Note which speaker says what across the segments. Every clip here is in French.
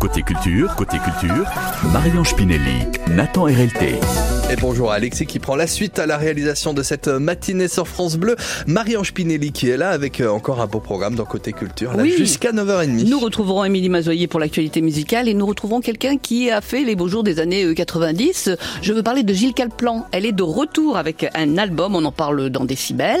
Speaker 1: Côté culture, côté culture, Marion Spinelli, Nathan RLT.
Speaker 2: Et bonjour à Alexis qui prend la suite à la réalisation de cette matinée sur France Bleu. Marie-Ange Pinelli qui est là avec euh, encore un beau programme dans Côté Culture, là
Speaker 3: Oui.
Speaker 2: jusqu'à 9h30.
Speaker 3: Nous retrouverons Émilie Mazoyer pour l'actualité musicale et nous retrouverons quelqu'un qui a fait les beaux jours des années euh, 90. Je veux parler de Gilles Calplan. Elle est de retour avec un album, on en parle dans Décibel.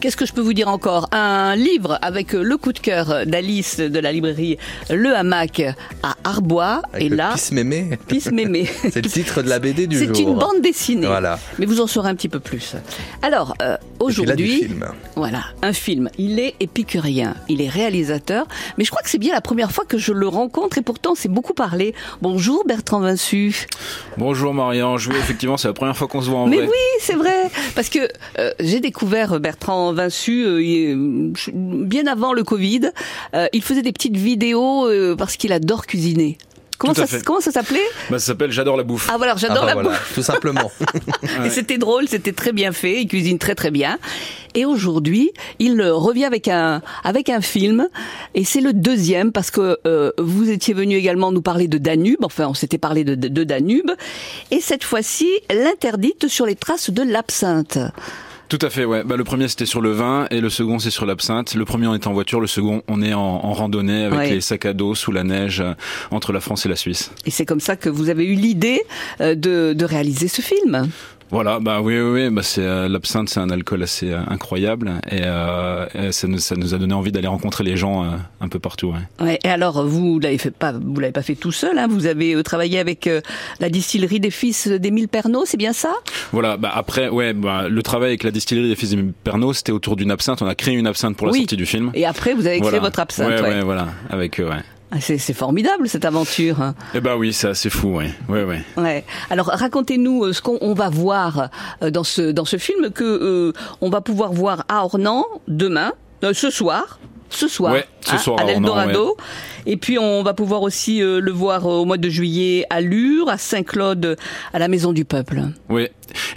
Speaker 3: Qu'est-ce que je peux vous dire encore Un livre avec euh, le coup de cœur d'Alice de la librairie Le Hamac à Arbois.
Speaker 2: Avec
Speaker 3: et
Speaker 2: le
Speaker 3: là,
Speaker 2: Pisse mémé.
Speaker 3: Pisse Mémé.
Speaker 2: C'est le titre de la BD du jour.
Speaker 3: C'est une bande dessinée.
Speaker 2: Voilà.
Speaker 3: Mais vous en saurez un petit peu plus. Alors, euh,
Speaker 2: Et puis là, du
Speaker 3: aujourd'hui,
Speaker 2: film.
Speaker 3: voilà, un film. Il est épicurien, il est réalisateur, mais je crois que c'est bien la première fois que je le rencontre et pourtant c'est beaucoup parlé. Bonjour Bertrand Vinsu.
Speaker 4: Bonjour Marianne, je oui, effectivement, c'est la première fois qu'on se voit en
Speaker 3: mais
Speaker 4: vrai.
Speaker 3: oui, c'est vrai, parce que euh, j'ai découvert Bertrand Vinsu euh, il est, euh, je- bien avant le Covid. Euh, il faisait des petites vidéos euh, parce qu'il adore cuisiner. Comment
Speaker 4: Tout à
Speaker 3: ça,
Speaker 4: fait.
Speaker 3: comment ça s'appelait
Speaker 4: Bah, ça s'appelle J'adore la bouffe.
Speaker 3: Ah voilà,
Speaker 2: Ah
Speaker 3: j'adore
Speaker 2: bah
Speaker 3: la
Speaker 2: voilà,
Speaker 3: bouffe.
Speaker 2: tout simplement.
Speaker 3: Et
Speaker 4: Ouais.
Speaker 3: c'était drôle, c'était très bien fait, il cuisine très très bien. Et aujourd'hui, il euh, revient avec un avec un film et c'est le deuxième parce que euh, vous étiez venu également nous parler de Danube, enfin on s'était parlé de, de- de Danube et cette fois-ci, l'interdite sur les traces de l'absinthe.
Speaker 4: Tout à fait, ouais. Bah, le premier c'était sur le vin et le second c'est sur l'absinthe. Le premier on est en voiture, le second on est en, en randonnée avec
Speaker 3: Ouais.
Speaker 4: les sacs à dos sous la neige euh, entre la France et la Suisse.
Speaker 3: Et c'est comme ça que vous avez eu l'idée euh, de de réaliser ce film.
Speaker 4: Voilà, bah oui, oui, oui. Bah, c'est euh, l'absinthe, c'est un alcool assez euh, incroyable et, euh, et ça, nous, ça nous a donné envie d'aller rencontrer les gens euh, un peu partout. Ouais.
Speaker 3: Ouais, et alors vous l'avez fait pas vous l'avez pas fait tout seul hein, vous avez euh, travaillé avec euh, la distillerie des fils d'Émile Pernaut, c'est bien ça
Speaker 4: Voilà, bah après, ouais, bah, le travail avec la distillerie des Fils des Pernod, c'était autour d'une absinthe. On a créé une absinthe pour la
Speaker 3: Oui.
Speaker 4: sortie du film.
Speaker 3: Et après vous avez créé
Speaker 4: Voilà.
Speaker 3: votre absinthe.
Speaker 4: Ouais,
Speaker 3: ouais.
Speaker 4: ouais, voilà, avec eux, ouais.
Speaker 3: Ah, C'est c'est formidable cette aventure. hein.
Speaker 4: Eh ben oui, c'est assez fou, ouais, ouais, ouais.
Speaker 3: Ouais. Alors racontez-nous euh, ce qu'on on va voir euh, dans ce dans ce film que euh, on va pouvoir voir à Ornans demain, euh, ce soir. Ce soir, hein,
Speaker 4: Ouais, ce soir
Speaker 3: à
Speaker 4: à Ornans,
Speaker 3: l'Eldorado. Et puis on va pouvoir aussi euh, le voir euh, au mois de juillet à Lure, à Saint-Claude, euh, à la Maison du Peuple.
Speaker 4: Oui,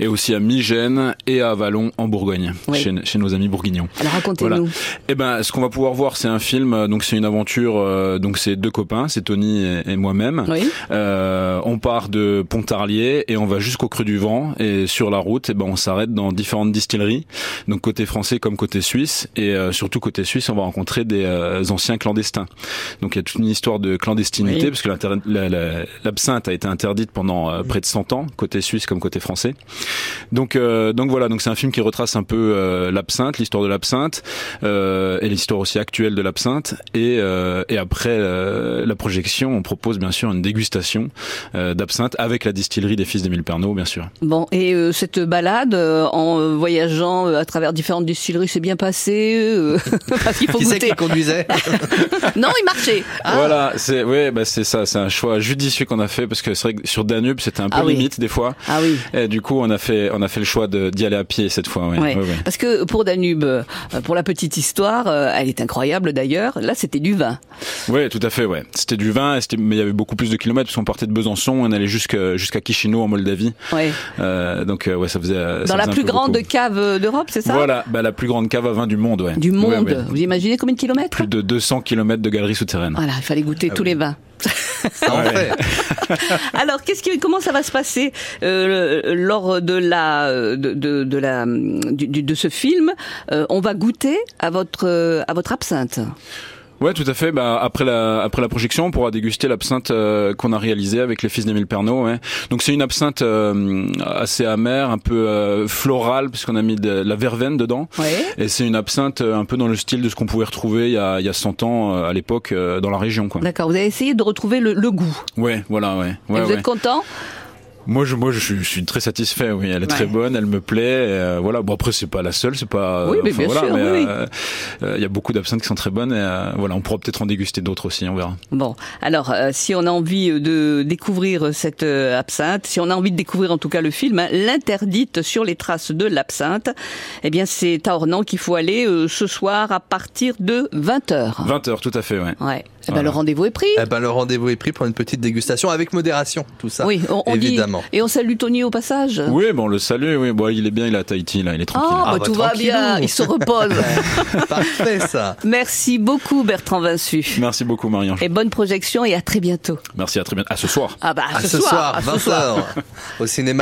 Speaker 4: et aussi à Migène et à Vallon en Bourgogne,
Speaker 3: Oui.
Speaker 4: chez, chez nos amis bourguignons.
Speaker 3: Alors racontez-nous.
Speaker 4: Eh ben, ce qu'on va pouvoir voir, c'est un film. euh, Donc, c'est une aventure. euh, donc, c'est deux copains, c'est Tony et, et moi-même.
Speaker 3: Oui.
Speaker 4: Euh, on part de Pontarlier et on va jusqu'au Creux du Vent. Et sur la route, eh ben, on s'arrête dans différentes distilleries, donc côté français comme côté suisse. Et euh, surtout côté suisse, on va rencontrer des euh, anciens clandestins. Donc il y a toute une histoire de clandestinité,
Speaker 3: Oui.
Speaker 4: parce que l'inter- la- la- l'absinthe a été interdite pendant euh, près de 100 ans, côté suisse comme côté français. Donc, euh, donc voilà, donc c'est un film qui retrace un peu euh, l'absinthe, l'histoire de l'absinthe euh, et l'histoire aussi actuelle de l'absinthe. Et, euh, et après euh, la projection, on propose bien sûr une dégustation euh, d'absinthe avec la distillerie des Fils d'Émile Pernot, bien sûr.
Speaker 3: Bon, et euh, cette balade euh, en euh, voyageant euh, à travers différentes distilleries s'est bien passée euh, parce qu'il faut
Speaker 2: qui c'est qui
Speaker 3: goûter.
Speaker 2: conduisait
Speaker 3: Non, il marchait. Ah,
Speaker 4: Voilà, c'est ouais, bah c'est ça, c'est un choix judicieux qu'on a fait parce que c'est vrai que sur Danube c'était un peu
Speaker 3: Ah oui.
Speaker 4: limite des fois.
Speaker 3: ah oui.
Speaker 4: Et du coup, on a fait, on a fait le choix de- d'y aller à pied cette fois. Ouais.
Speaker 3: Ouais.
Speaker 4: Ouais, ouais.
Speaker 3: Parce que pour Danube, euh, pour la petite histoire, euh, elle est incroyable d'ailleurs. Là, c'était du vin.
Speaker 4: Ouais, tout à fait, ouais. C'était du vin, et c'était- mais il y avait beaucoup plus de kilomètres, parce qu'on partait de Besançon, on allait jusqu'à jusqu'à Chisinau en Moldavie.
Speaker 3: Ouais.
Speaker 4: Euh, donc, euh, ouais, ça faisait. euh, ça
Speaker 3: Dans la
Speaker 4: faisait un
Speaker 3: plus
Speaker 4: peu
Speaker 3: grande
Speaker 4: beaucoup.
Speaker 3: cave euh, d'Europe, c'est ça
Speaker 4: Voilà, bah, la plus grande cave à vin du monde, ouais.
Speaker 3: Du
Speaker 4: Ouais,
Speaker 3: monde.
Speaker 4: ouais.
Speaker 3: Vous imaginez combien de kilomètres
Speaker 4: Plus de Ah 200 kilomètres de galeries souterraines.
Speaker 3: Voilà, il fallait goûter tous les vins.
Speaker 2: Ça Ah, en
Speaker 4: Ouais.
Speaker 2: fait.
Speaker 3: Alors, qu'est-ce qui, comment ça va se passer euh, le- lors de la euh, de, de, de la du- du- de ce film euh, On va goûter à votre euh, à votre absinthe.
Speaker 4: Ouais, tout à fait. Bah, après la après la projection, on pourra déguster l'absinthe euh, qu'on a réalisée avec les fils d'Émile Pernot. Ouais. Donc c'est une absinthe euh, assez amère, un peu euh, florale, puisqu'on a mis de la verveine dedans.
Speaker 3: Ouais.
Speaker 4: Et c'est une absinthe euh, un peu dans le style de ce qu'on pouvait retrouver il y a, il y a 100 ans euh, à l'époque euh, dans la région. Quoi.
Speaker 3: D'accord. Vous avez essayé de retrouver le, le goût.
Speaker 4: Ouais, voilà, ouais. ouais,
Speaker 3: Et vous
Speaker 4: ouais.
Speaker 3: êtes content
Speaker 4: Moi, je, moi, je suis, je suis très satisfait. Oui, elle est
Speaker 3: Ouais.
Speaker 4: très bonne, elle me plaît. et, euh, voilà. Bon, après, c'est pas la seule, c'est pas. euh,
Speaker 3: Oui, mais bien
Speaker 4: voilà,
Speaker 3: sûr,
Speaker 4: mais,
Speaker 3: oui, oui.
Speaker 4: euh, euh, Il y a beaucoup d'absinthes qui sont très bonnes. Et, euh, voilà, on pourra peut-être en déguster d'autres aussi. On verra.
Speaker 3: Bon, alors euh, si on a envie de découvrir cette euh, absinthe, si on a envie de découvrir en tout cas le film, hein, l'interdite sur les traces de l'absinthe, eh bien c'est à Ornans qu'il faut aller euh, ce soir à partir de 20h.
Speaker 4: 20 heures, tout à fait. Ouais.
Speaker 3: Ouais. Eh ben,
Speaker 4: Voilà. Euh,
Speaker 3: le rendez-vous est pris.
Speaker 2: Eh ben, le rendez-vous est pris pour une petite dégustation avec modération, tout ça.
Speaker 3: oui, on, on dit-
Speaker 2: évidemment.
Speaker 3: Et on salue Tony au passage.
Speaker 4: Oui, bon, le salut, oui. Bon, il est bien, il est à Tahiti, là, il est
Speaker 3: Ah,
Speaker 4: tranquille.
Speaker 3: bah,
Speaker 2: Ah, bah,
Speaker 3: tout va
Speaker 2: tranquillou.
Speaker 3: bien, il se repose.
Speaker 2: Parfait, ça.
Speaker 3: Merci beaucoup Bertrand Vinsu.
Speaker 4: Merci beaucoup, Marianne.
Speaker 3: Et bonne projection et à très bientôt.
Speaker 4: Merci, à très bientôt. À ce soir.
Speaker 3: Ah bah à
Speaker 2: À
Speaker 3: ce,
Speaker 2: ce soir,
Speaker 3: à ce soir.
Speaker 2: 20h, au cinéma.